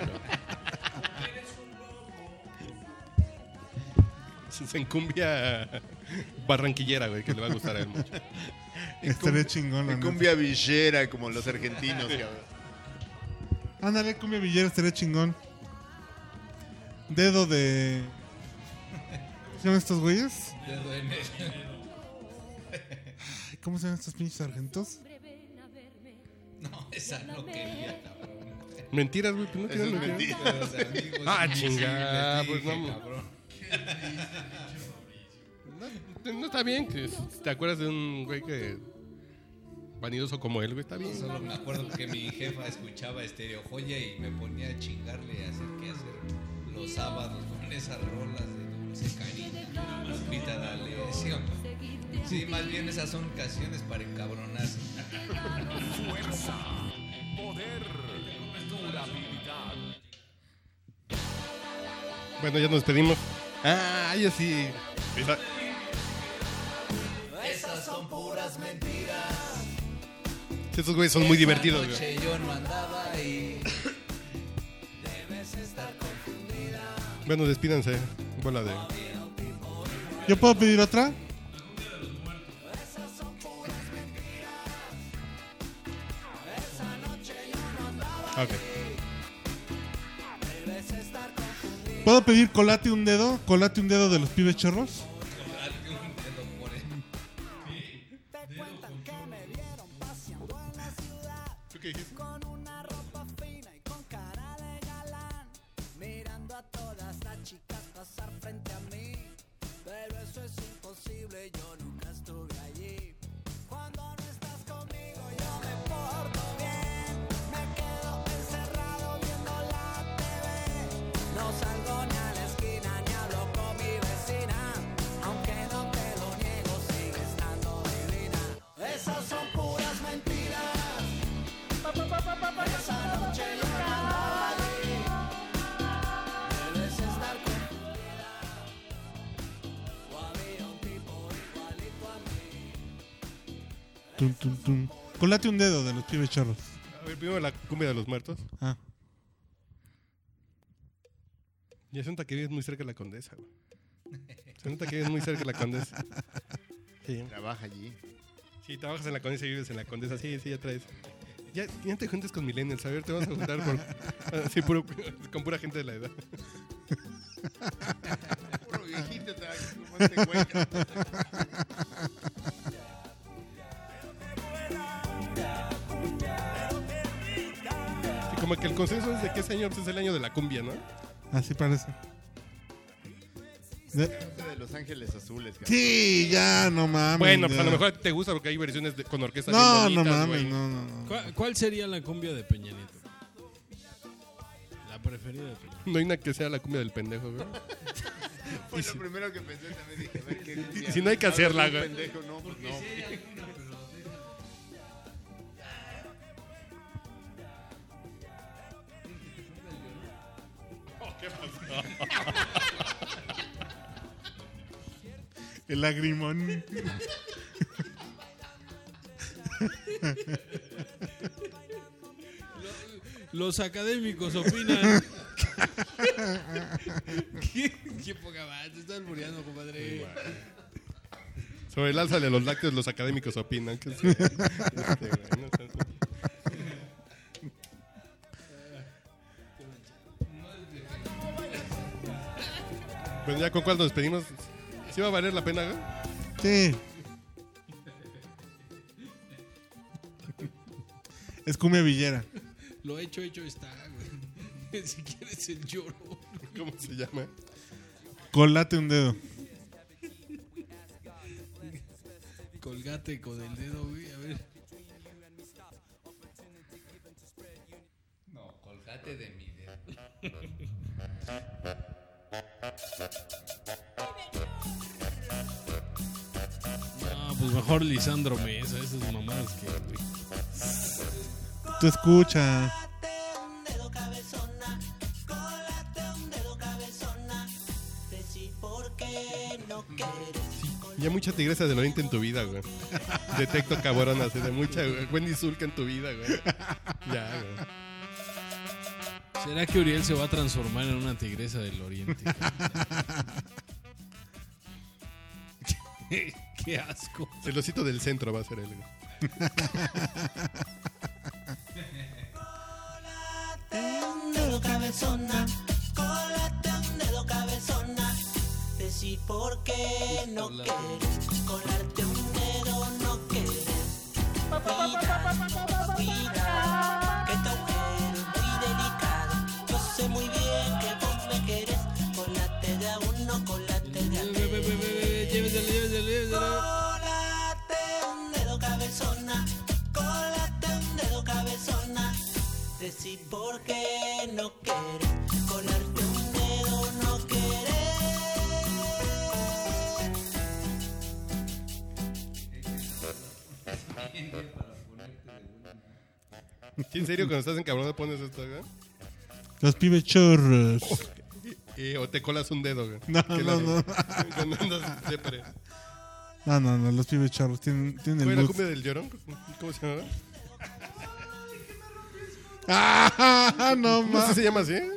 Speaker 3: Es en cumbia barranquillera, güey, que le va a gustar a él mucho.
Speaker 2: Estaría chingón, la
Speaker 5: En
Speaker 2: neta.
Speaker 5: cumbia villera, como los argentinos, cabrón.
Speaker 2: Ándale, cumbia villera, estaría chingón. Dedo de. ¿Cómo se llaman estos güeyes?
Speaker 4: Dedo en el-
Speaker 2: Ay, ¿Cómo se llaman estos pinches sargentos?
Speaker 4: No, esa no quería, cabrón.
Speaker 3: Mentiras, güey, pues no
Speaker 5: Eso
Speaker 3: tienen
Speaker 5: es
Speaker 3: mentiras.
Speaker 5: mentira.
Speaker 4: Los amigos
Speaker 3: Ah,
Speaker 4: invisibles,
Speaker 3: chingada,
Speaker 4: dije,
Speaker 3: pues, vamos.
Speaker 4: cabrón.
Speaker 3: No, no está bien, que si te acuerdas de un güey que. Vanidoso como él, güey, está bien.
Speaker 4: Solo me acuerdo que mi jefa escuchaba Estereo Joya y me ponía a chingarle a hacer qué hacer los sábados con esas rolas de Dulce Cariño, Lupita D'Alessio. Sí, más bien esas son canciones para encabronarse.
Speaker 8: Fuerza, poder, durabilidad.
Speaker 3: Bueno, ya nos despedimos. Ah, yo sí. Esa-
Speaker 4: Esas son puras mentiras.
Speaker 3: Esos güeyes son muy divertidos, güey.
Speaker 4: Anoche yo no andaba y debes estar confundida.
Speaker 3: Bueno, despídanse. Bola de.
Speaker 2: ¿Yo puedo pedir otra?
Speaker 3: Ah, Ok.
Speaker 2: ¿Puedo pedir colate un dedo? ¿Colate un dedo de los pibes chorros? Tum, tum, tum. Colate un dedo de los pibes chorros.
Speaker 3: A ver, primero la cumbia de los muertos.
Speaker 2: Ah.
Speaker 3: Ya se nota que vives muy cerca de la condesa, güey. Se nota que vives muy cerca de la condesa. Sí.
Speaker 5: Trabaja allí.
Speaker 3: Si trabajas en la condesa y vives en la condesa, sí, sí, ya traes. Ya, ya te juntes con millennials, a ver, te vas a juntar por- así puro- con pura gente de la edad.
Speaker 5: Puro viejito, te va a este güey, cabrón.
Speaker 3: Sí, como que el consenso es de que ese año pues, es el año de la cumbia, ¿no?
Speaker 2: Así parece. De-
Speaker 5: Este de Los Ángeles Azules, cabrón.
Speaker 2: Sí, ya, no mames.
Speaker 3: Bueno, pues a
Speaker 2: ya.
Speaker 3: lo mejor a ti te gusta porque hay versiones de- con orquesta
Speaker 2: No,
Speaker 3: bien
Speaker 2: no
Speaker 3: bonitas,
Speaker 2: mames,
Speaker 3: güey.
Speaker 2: no, no, no.
Speaker 6: ¿Cuál, cuál sería la cumbia de Peña Nieto? La preferida de Peña.
Speaker 3: No hay una que sea la cumbia del pendejo, güey.
Speaker 5: Fue lo primero que pensé también. Dije, a ver, ¿qué cumbia?
Speaker 3: si no hay que
Speaker 5: Ah,
Speaker 3: hacerla,
Speaker 5: un
Speaker 3: güey.
Speaker 5: pendejo, no, pues no.
Speaker 2: El lagrimón.
Speaker 6: Los académicos opinan. ¿Qué, qué poca madre, te estás muriendo, compadre.
Speaker 3: Sobre el alza de los lácteos, los académicos opinan. que sí. Este, güey, no sé. Bueno, Pues ya con cuál nos despedimos. ¿Sí va a valer la pena, güey?
Speaker 2: Sí. Es cumbia villera.
Speaker 6: Lo hecho, hecho está, güey. Si quieres el lloro.
Speaker 3: ¿Cómo se llama?
Speaker 2: Colate un dedo.
Speaker 6: Colgate con el dedo, güey. A ver.
Speaker 4: No, colgate de mi dedo.
Speaker 6: No, pues mejor Lisandro Mesa, esas mamadas que, güey.
Speaker 2: Tú escucha.
Speaker 3: Ya mucha tigresa del oriente en tu vida, güey. Detecto cabrón así de mucha güey. Wendy Zulka en tu vida, güey. Ya, güey.
Speaker 6: ¿Será que Uriel se va a transformar en una tigresa del oriente? Qué asco.
Speaker 3: El osito del centro va a ser él, güey.
Speaker 9: un dedo cabezona, colate un dedo cabezona. Decir por qué no quieres colarte un dedo, no quieres. Cuida, cuida, que esta mujer es muy delicada. Yo sé muy bien que vos me querés. Colate de a uno, colate de a tres. Colate un dedo cabezona, colate un dedo cabezona. Decir por qué no quieres colarte un dedo, no quieres.
Speaker 3: Sí, ¿En serio cuando estás encabrón pones esto, güey?
Speaker 2: Los pibes chorros.
Speaker 3: Y- o te colas un dedo, güey.
Speaker 2: No,
Speaker 3: Que
Speaker 2: no, no.
Speaker 3: Cuando andas depre.
Speaker 2: No, no, no, los pibes chorros tienen, tienen
Speaker 3: ¿Fue
Speaker 2: el
Speaker 3: la
Speaker 2: look.
Speaker 3: cumbia del llorón? Pues, ¿Cómo se llamaba?
Speaker 2: ¡Ah! No
Speaker 3: ¿No sé
Speaker 2: más.
Speaker 3: si se llama así? ¿eh?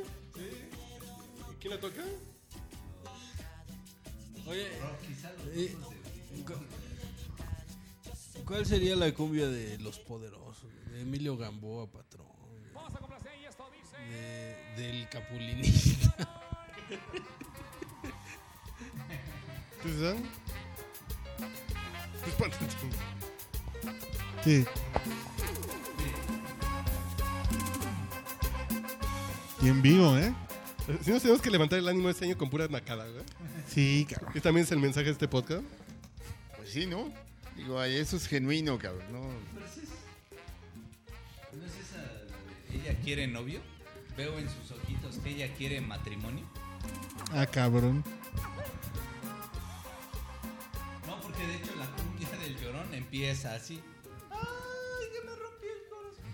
Speaker 6: ¿Quién la toca? Oye, eh, cu- ¿cuál sería la cumbia de los poderosos? De Emilio Gamboa, patrón. De- del Capulinista.
Speaker 3: ¿Sí se sabe? Pues ponte tú.
Speaker 2: Sí. Y en vivo, ¿eh?
Speaker 3: Si nos tenemos que levantar el ánimo este año con pura nacada, güey.
Speaker 2: Sí, cabrón.
Speaker 3: Y también es el mensaje de este podcast.
Speaker 5: Pues sí, ¿no? Digo, ay, eso es genuino, cabrón. ¿no?
Speaker 4: ¿No es esa? ¿Ella quiere novio? Veo en sus ojitos que ella quiere matrimonio.
Speaker 2: Ah, cabrón.
Speaker 4: No, porque de hecho la cumbia del llorón empieza así. ¡Ay, que me rompió el corazón!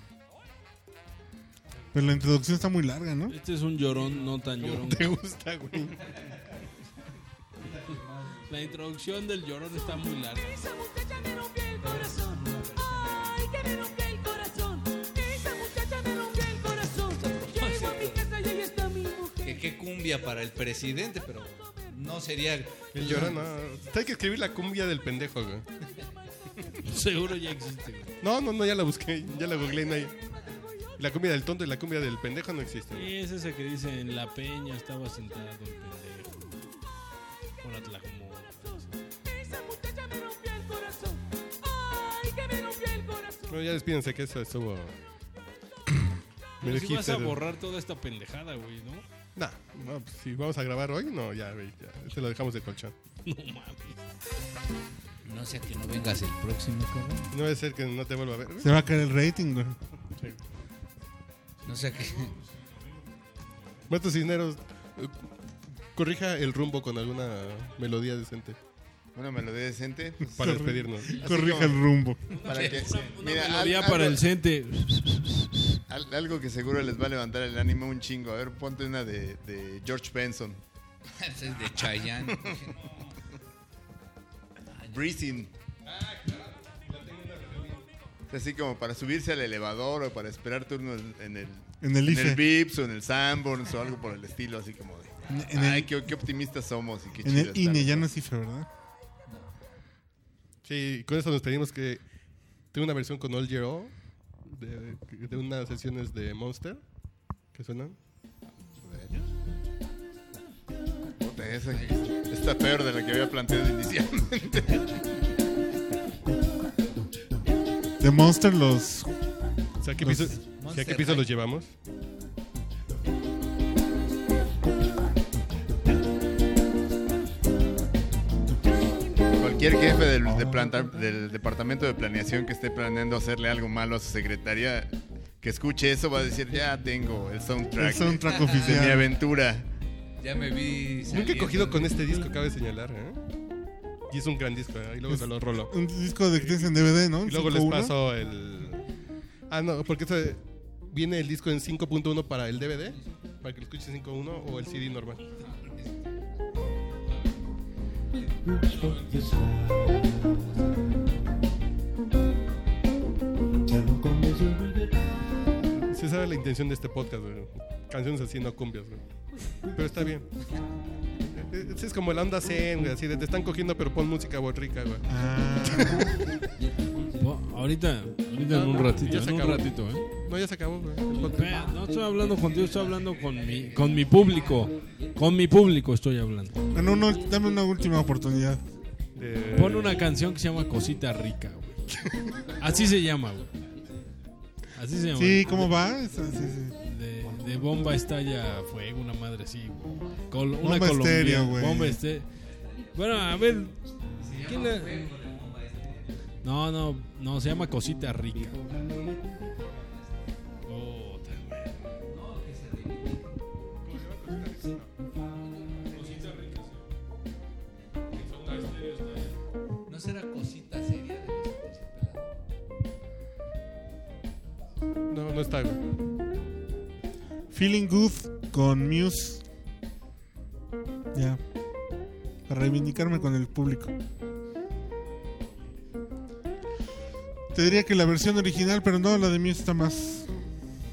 Speaker 2: Pero la introducción está muy larga, ¿no?
Speaker 6: Este es un llorón, no tan
Speaker 3: ¿Cómo
Speaker 6: llorón.
Speaker 3: te gusta, güey?
Speaker 6: La introducción del llorón está muy larga.
Speaker 9: Esa muchacha me rompió el corazón. Ay, que me rompió el corazón. Esa muchacha me rompió el corazón. Llego a mi casa y ahí está mi mujer.
Speaker 4: Que qué cumbia para el presidente, pero no sería.
Speaker 3: El llorón, no. Hay que escribir la cumbia del pendejo, güey.
Speaker 6: Seguro ya existe. güey.
Speaker 3: No, no, no, ya la busqué, ya la googleé. no hay. La cumbia del tonto y la cumbia del pendejo no existen.
Speaker 6: Sí, es esa que dice, en la peña estaba sentado el pendejo. Con la Tlajomulco".
Speaker 9: Esa muchacha me rompió el corazón. Ay, que me rompió el corazón.
Speaker 3: Bueno, ya despídense que eso estuvo.
Speaker 6: Pero si vas a
Speaker 3: hipster.
Speaker 6: borrar toda esta pendejada, güey, ¿no?
Speaker 3: Nah, no, pues, si vamos a grabar hoy, no, ya, güey, ya. Este lo dejamos de colchón.
Speaker 6: No mames.
Speaker 4: No sea que no vengas el próximo, cabrón.
Speaker 3: No debe ser que no te vuelva a ver. güey.
Speaker 2: Se va a caer el rating, güey.
Speaker 4: No sea que.
Speaker 3: Matos Cisneros, eh, corrija el rumbo con alguna melodía decente
Speaker 5: Una melodía decente. pues,
Speaker 3: para despedirnos.
Speaker 2: Corrija el
Speaker 5: como-
Speaker 2: rumbo.
Speaker 5: para que,
Speaker 6: Una
Speaker 5: mira, al-
Speaker 6: melodía
Speaker 5: algo,
Speaker 6: para el cente.
Speaker 5: al- algo que seguro les va a levantar el ánimo un chingo. A ver, ponte una de, de George Benson.
Speaker 4: Es de Chayanne.
Speaker 5: Breathing.
Speaker 6: Ah,
Speaker 5: Así como para subirse al elevador o para esperar turno en en el,
Speaker 2: En el E. IFE.
Speaker 5: Vips o en el Sanborns o algo por el estilo, así como de.
Speaker 2: En
Speaker 5: ay,
Speaker 2: el,
Speaker 5: qué, qué optimistas somos y qué
Speaker 2: en
Speaker 5: chidas
Speaker 2: el INE,
Speaker 5: estamos".
Speaker 2: ya no es cifra, ¿verdad?
Speaker 3: Sí, con eso nos pedimos que tenga una versión con All Year Old de, de unas sesiones de Monster que suenan.
Speaker 5: Puta, esa que- está peor de la que había planteado inicialmente.
Speaker 2: De Monster los...
Speaker 3: O sea, ¿qué
Speaker 2: Los-
Speaker 3: piso, ¿sí a qué piso los llevamos?
Speaker 5: Cualquier jefe del, de planta- del departamento de planeación que esté planeando hacerle algo malo a su secretaria, que escuche eso va a decir, ya tengo el soundtrack,
Speaker 2: El soundtrack
Speaker 5: de mi
Speaker 2: oficial.
Speaker 5: aventura.
Speaker 4: Ya me vi.
Speaker 3: Nunca he
Speaker 4: saliendo
Speaker 3: cogido
Speaker 4: de-
Speaker 3: con este disco, cabe señalar. ¿eh? Y es un gran disco, ¿eh? y luego se lo rolo.
Speaker 2: Un disco de que tienes en DVD, ¿no?
Speaker 3: Y luego les
Speaker 2: 5.1.
Speaker 3: paso el. Ah, no, porque este viene el disco en 5.1 para el DVD, para que lo escuches en 5.1 o el CD normal. Sí, esa era la intención de este podcast, güey. Canciones así, no cumbias, güey. Pero está bien. Eh, Es como la onda zen, güey, así de te están cogiendo pero pon música rica, güey.
Speaker 2: Ah.
Speaker 6: Po- ahorita, ahorita en
Speaker 3: No,
Speaker 6: un
Speaker 3: no,
Speaker 6: ratito,
Speaker 3: ya se
Speaker 6: en un
Speaker 3: acabó.
Speaker 6: ratito, ¿eh?
Speaker 3: No, ya se acabó, güey. el podcast.
Speaker 6: Ve, No estoy hablando contigo, estoy hablando con mi, con mi público. Con mi público estoy hablando.
Speaker 2: Bueno, no, dame una última oportunidad.
Speaker 3: De-
Speaker 6: Pon una canción que se llama Cosita Rica, güey. Así se llama, güey. Así se llama.
Speaker 2: Sí, ¿cómo va? Esa- sí, sí.
Speaker 6: De, de bomba estalla fuego, una madre así, güey. Col- una
Speaker 2: Bomba
Speaker 6: colombiana,
Speaker 2: estéreo, güey.
Speaker 6: Bomba este- Bueno, a ver. ¿quién la- No, no, no, se llama Cosita Rica. Oh, Puta, güey.
Speaker 4: No será cosita seria de los otros pelados.
Speaker 3: No, no está, güey.
Speaker 2: Feeling Good con Muse. Ya. Para reivindicarme con el público. Te diría que la versión original, pero no, la de Muse está más.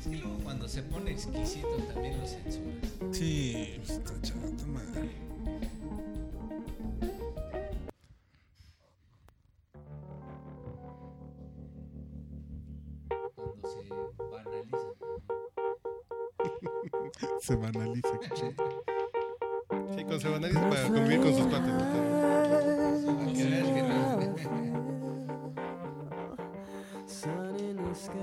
Speaker 4: Es que luego cuando se pone exquisito también lo censuras.
Speaker 2: Sí, está chato, madre.
Speaker 4: Cuando se banaliza.
Speaker 2: Se banaliza. cacho.
Speaker 3: Sí, con semanarios para convivir con sus patas.
Speaker 4: Para que veas que no-
Speaker 9: Sun in the sky,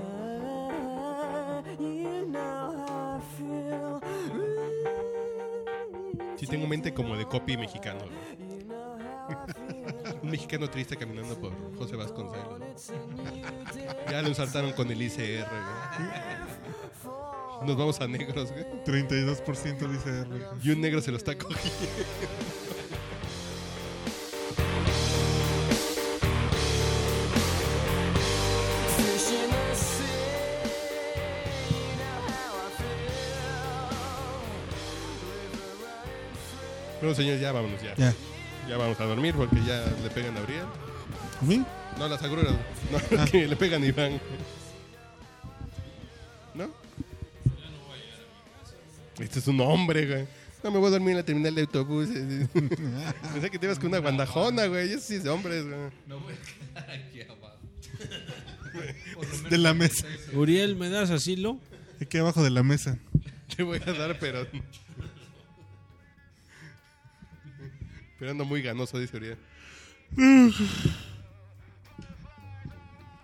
Speaker 9: you know how I feel.
Speaker 3: Sí, tengo mente como de copy mexicano. güey.
Speaker 9: You know how I feel.
Speaker 3: Un mexicano triste caminando por José Vasconcelos. Ya lo saltaron con el ICR, güey. Nos vamos a negros, güey.
Speaker 2: 32% dice R.
Speaker 3: Y un negro se lo está cogiendo.
Speaker 9: Fish in the sea, you know how I feel.
Speaker 3: Bueno, señores, ya vámonos, ya.
Speaker 2: Ya.
Speaker 3: Ya vamos a dormir porque ya le pegan a Uriel.
Speaker 2: ¿A mí?
Speaker 3: No, las agruras. No, que le pegan a Iván. ¿No? Este es un hombre, güey. No me voy a dormir en la terminal de autobuses. Pensé que te ibas con una guandajona, güey. Eso sí es de hombres, güey.
Speaker 4: no voy a quedar aquí abajo.
Speaker 2: De la mesa.
Speaker 6: Uriel, ¿me das asilo?
Speaker 2: Aquí abajo de la mesa.
Speaker 3: Te voy a dar, pero. Pero ando muy ganoso, dice Uriel.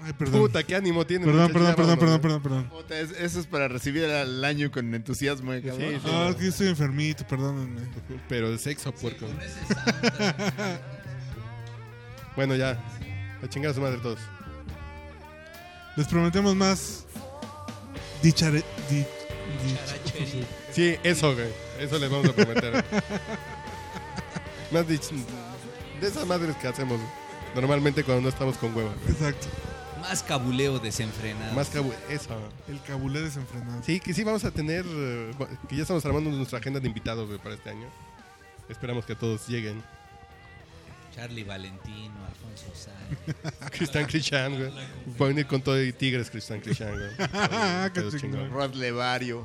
Speaker 2: Ay, perdón.
Speaker 3: Puta, qué ánimo tiene.
Speaker 2: Perdón, perdón,
Speaker 3: muchacho, ya
Speaker 2: perdón, perdón,
Speaker 3: vámonos,
Speaker 2: perdón, perdón.
Speaker 5: Puta, es- Eso es para recibir al año con entusiasmo, eh, cabrón.
Speaker 3: Sí, sí.
Speaker 2: Ah, es que yo estoy enfermito, perdónenme.
Speaker 3: güey. Pero el sexo, puerco.
Speaker 4: Con ese soundtrack.
Speaker 3: Bueno, ya. A chingar a su madre todos.
Speaker 2: Les prometemos más. Dichare. di- di-
Speaker 4: Characherito.
Speaker 3: Sí, eso, güey. Eso les vamos a prometer. Más dicho, de esas madres que hacemos normalmente cuando no estamos con hueva. güey.
Speaker 2: Exacto.
Speaker 4: Más cabuleo desenfrenado.
Speaker 3: Más que eso.
Speaker 2: El cabulé desenfrenado.
Speaker 3: Sí, que sí vamos a tener. eh, Que ya estamos armando nuestra agenda de invitados, güey, para este año. Esperamos que todos lleguen.
Speaker 4: Charlie Valentino, Alfonso Sáenz.
Speaker 3: Cristian Cristian, güey. Va a venir con todo y tigres, Cristian Cristian, güey.
Speaker 2: Ah, qué
Speaker 3: Pedo chingón.
Speaker 2: chingón.
Speaker 5: Rod Levario.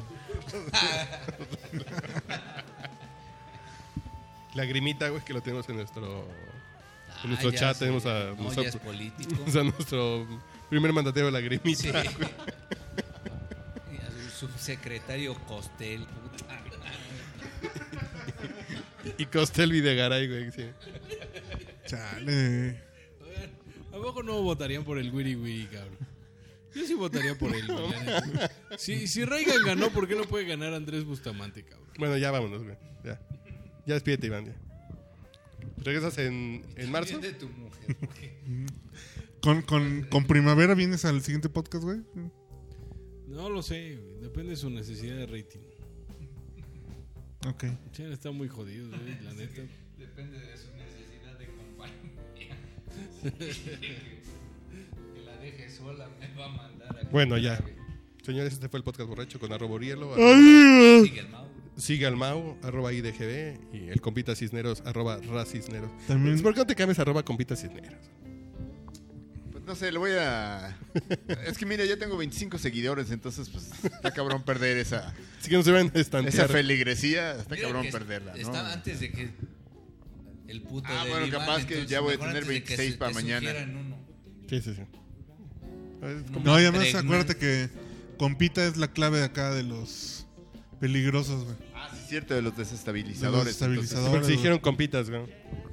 Speaker 3: Lagrimita, güey, que lo tenemos en nuestro.
Speaker 4: Ah,
Speaker 3: En nuestro
Speaker 4: ya
Speaker 3: chat
Speaker 4: sé.
Speaker 3: tenemos a.
Speaker 4: No,
Speaker 3: nuestro-
Speaker 4: ya es político.
Speaker 3: o sea, nuestro primer mandatario de Lagrimita.
Speaker 4: Sí. Y a su subsecretario Costel, puta.
Speaker 3: Y Costel Videgaray, güey, sí.
Speaker 2: Chale.
Speaker 6: Abajo no votarían por el Wiri Wiri, cabrón. Yo sí votaría por él, güey, la neta. Si, si Reagan ganó, ¿por qué no puede ganar Andrés Bustamante, cabrón?
Speaker 3: Bueno, ya vámonos, güey. Ya. Ya despídete, Iván. ya. ¿Regresas en, en marzo?
Speaker 4: De tu mujer. porque
Speaker 2: ¿Con, con, con primavera vienes al siguiente podcast, güey?
Speaker 6: No lo sé, güey. depende de su necesidad de rating.
Speaker 2: Ok.
Speaker 6: Chan está muy jodido, güey, la neta.
Speaker 4: Depende de su necesidad de compañía. Que la deje sola, me va a mandar a
Speaker 3: Bueno, ya. Señores, este fue el podcast borracho con arroba Urielo. Mm.
Speaker 4: Ay. Sigue al Mau.
Speaker 3: Sigue al Mau, arroba IDGB. Y el compita cisneros, arroba racisneros.
Speaker 2: También-
Speaker 3: Pues, ¿Por qué no te cambias arroba compita cisneros?
Speaker 5: Pues no sé, le voy a. Es que mira, ya tengo 25 seguidores, entonces pues está cabrón perder esa,
Speaker 3: Así que no se van a estantear.
Speaker 5: esa feligresía. Está
Speaker 4: Mira
Speaker 5: cabrón
Speaker 4: que
Speaker 5: perderla, ¿no?
Speaker 4: Estaba antes de que el puto
Speaker 5: Ah,
Speaker 4: del
Speaker 5: bueno,
Speaker 4: Iván,
Speaker 5: capaz que
Speaker 4: entonces
Speaker 5: ya voy a
Speaker 4: mejor
Speaker 5: tener
Speaker 4: antes de que
Speaker 5: 26
Speaker 4: se-
Speaker 5: para
Speaker 4: te
Speaker 5: mañana.
Speaker 4: sugieran uno.
Speaker 3: Sí, sí, sí. Es como-
Speaker 2: No, y además
Speaker 4: Tregnan.
Speaker 2: acuérdate que compita es la clave de acá de los peligrosos, güey.
Speaker 5: Ah, sí, es cierto, de los
Speaker 2: De los
Speaker 5: desestabilizadores.
Speaker 2: estabilizadores,
Speaker 3: Porque se
Speaker 2: güey.
Speaker 3: dijeron compitas, güey.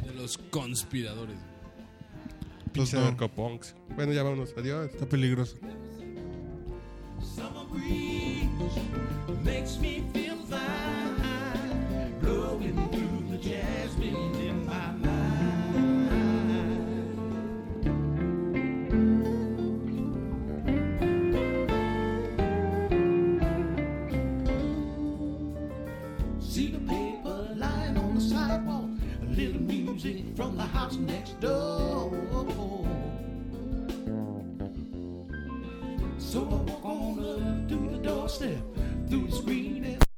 Speaker 6: De los conspiradores.
Speaker 2: Los
Speaker 3: Pinche
Speaker 2: Pues no.
Speaker 3: narcopunks. Bueno, ya vámonos. Adiós.
Speaker 2: Está peligroso.
Speaker 9: Summer breeze makes me feel fine, blowing through the jasmine in my mind. See the paper lying on the sidewalk, a little music from the house next door. So I walk on up to the doorstep, through the screen and